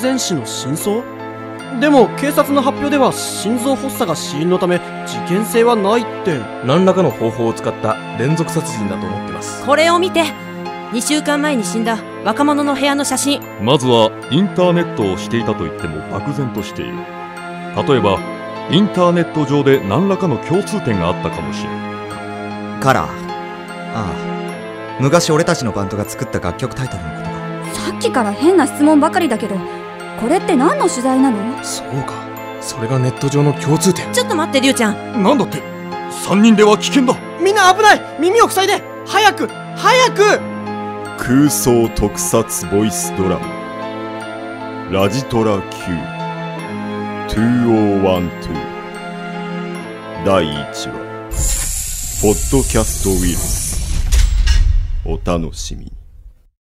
前死の真相でも警察の発表では心臓発作が死因のため事件性はないって何らかの方法を使った連続殺人だと思ってますこれを見て2週間前に死んだ若者の部屋の写真まずはインターネットをしていたと言っても漠然としている例えばインターネット上で何らかの共通点があったかもしれんカラーああ昔俺たちのバンドが作った楽曲タイトルのことかさっきから変な質問ばかりだけどこれって何の取材なのそうかそれがネット上の共通点ちょっと待ってリュウちゃんなんだって3人では危険だみんな危ない耳を塞いで早く早く空想特撮ボイスドラマ「ラジトラ Q2012」第1話「ポッドキャストウイルス」お楽しみに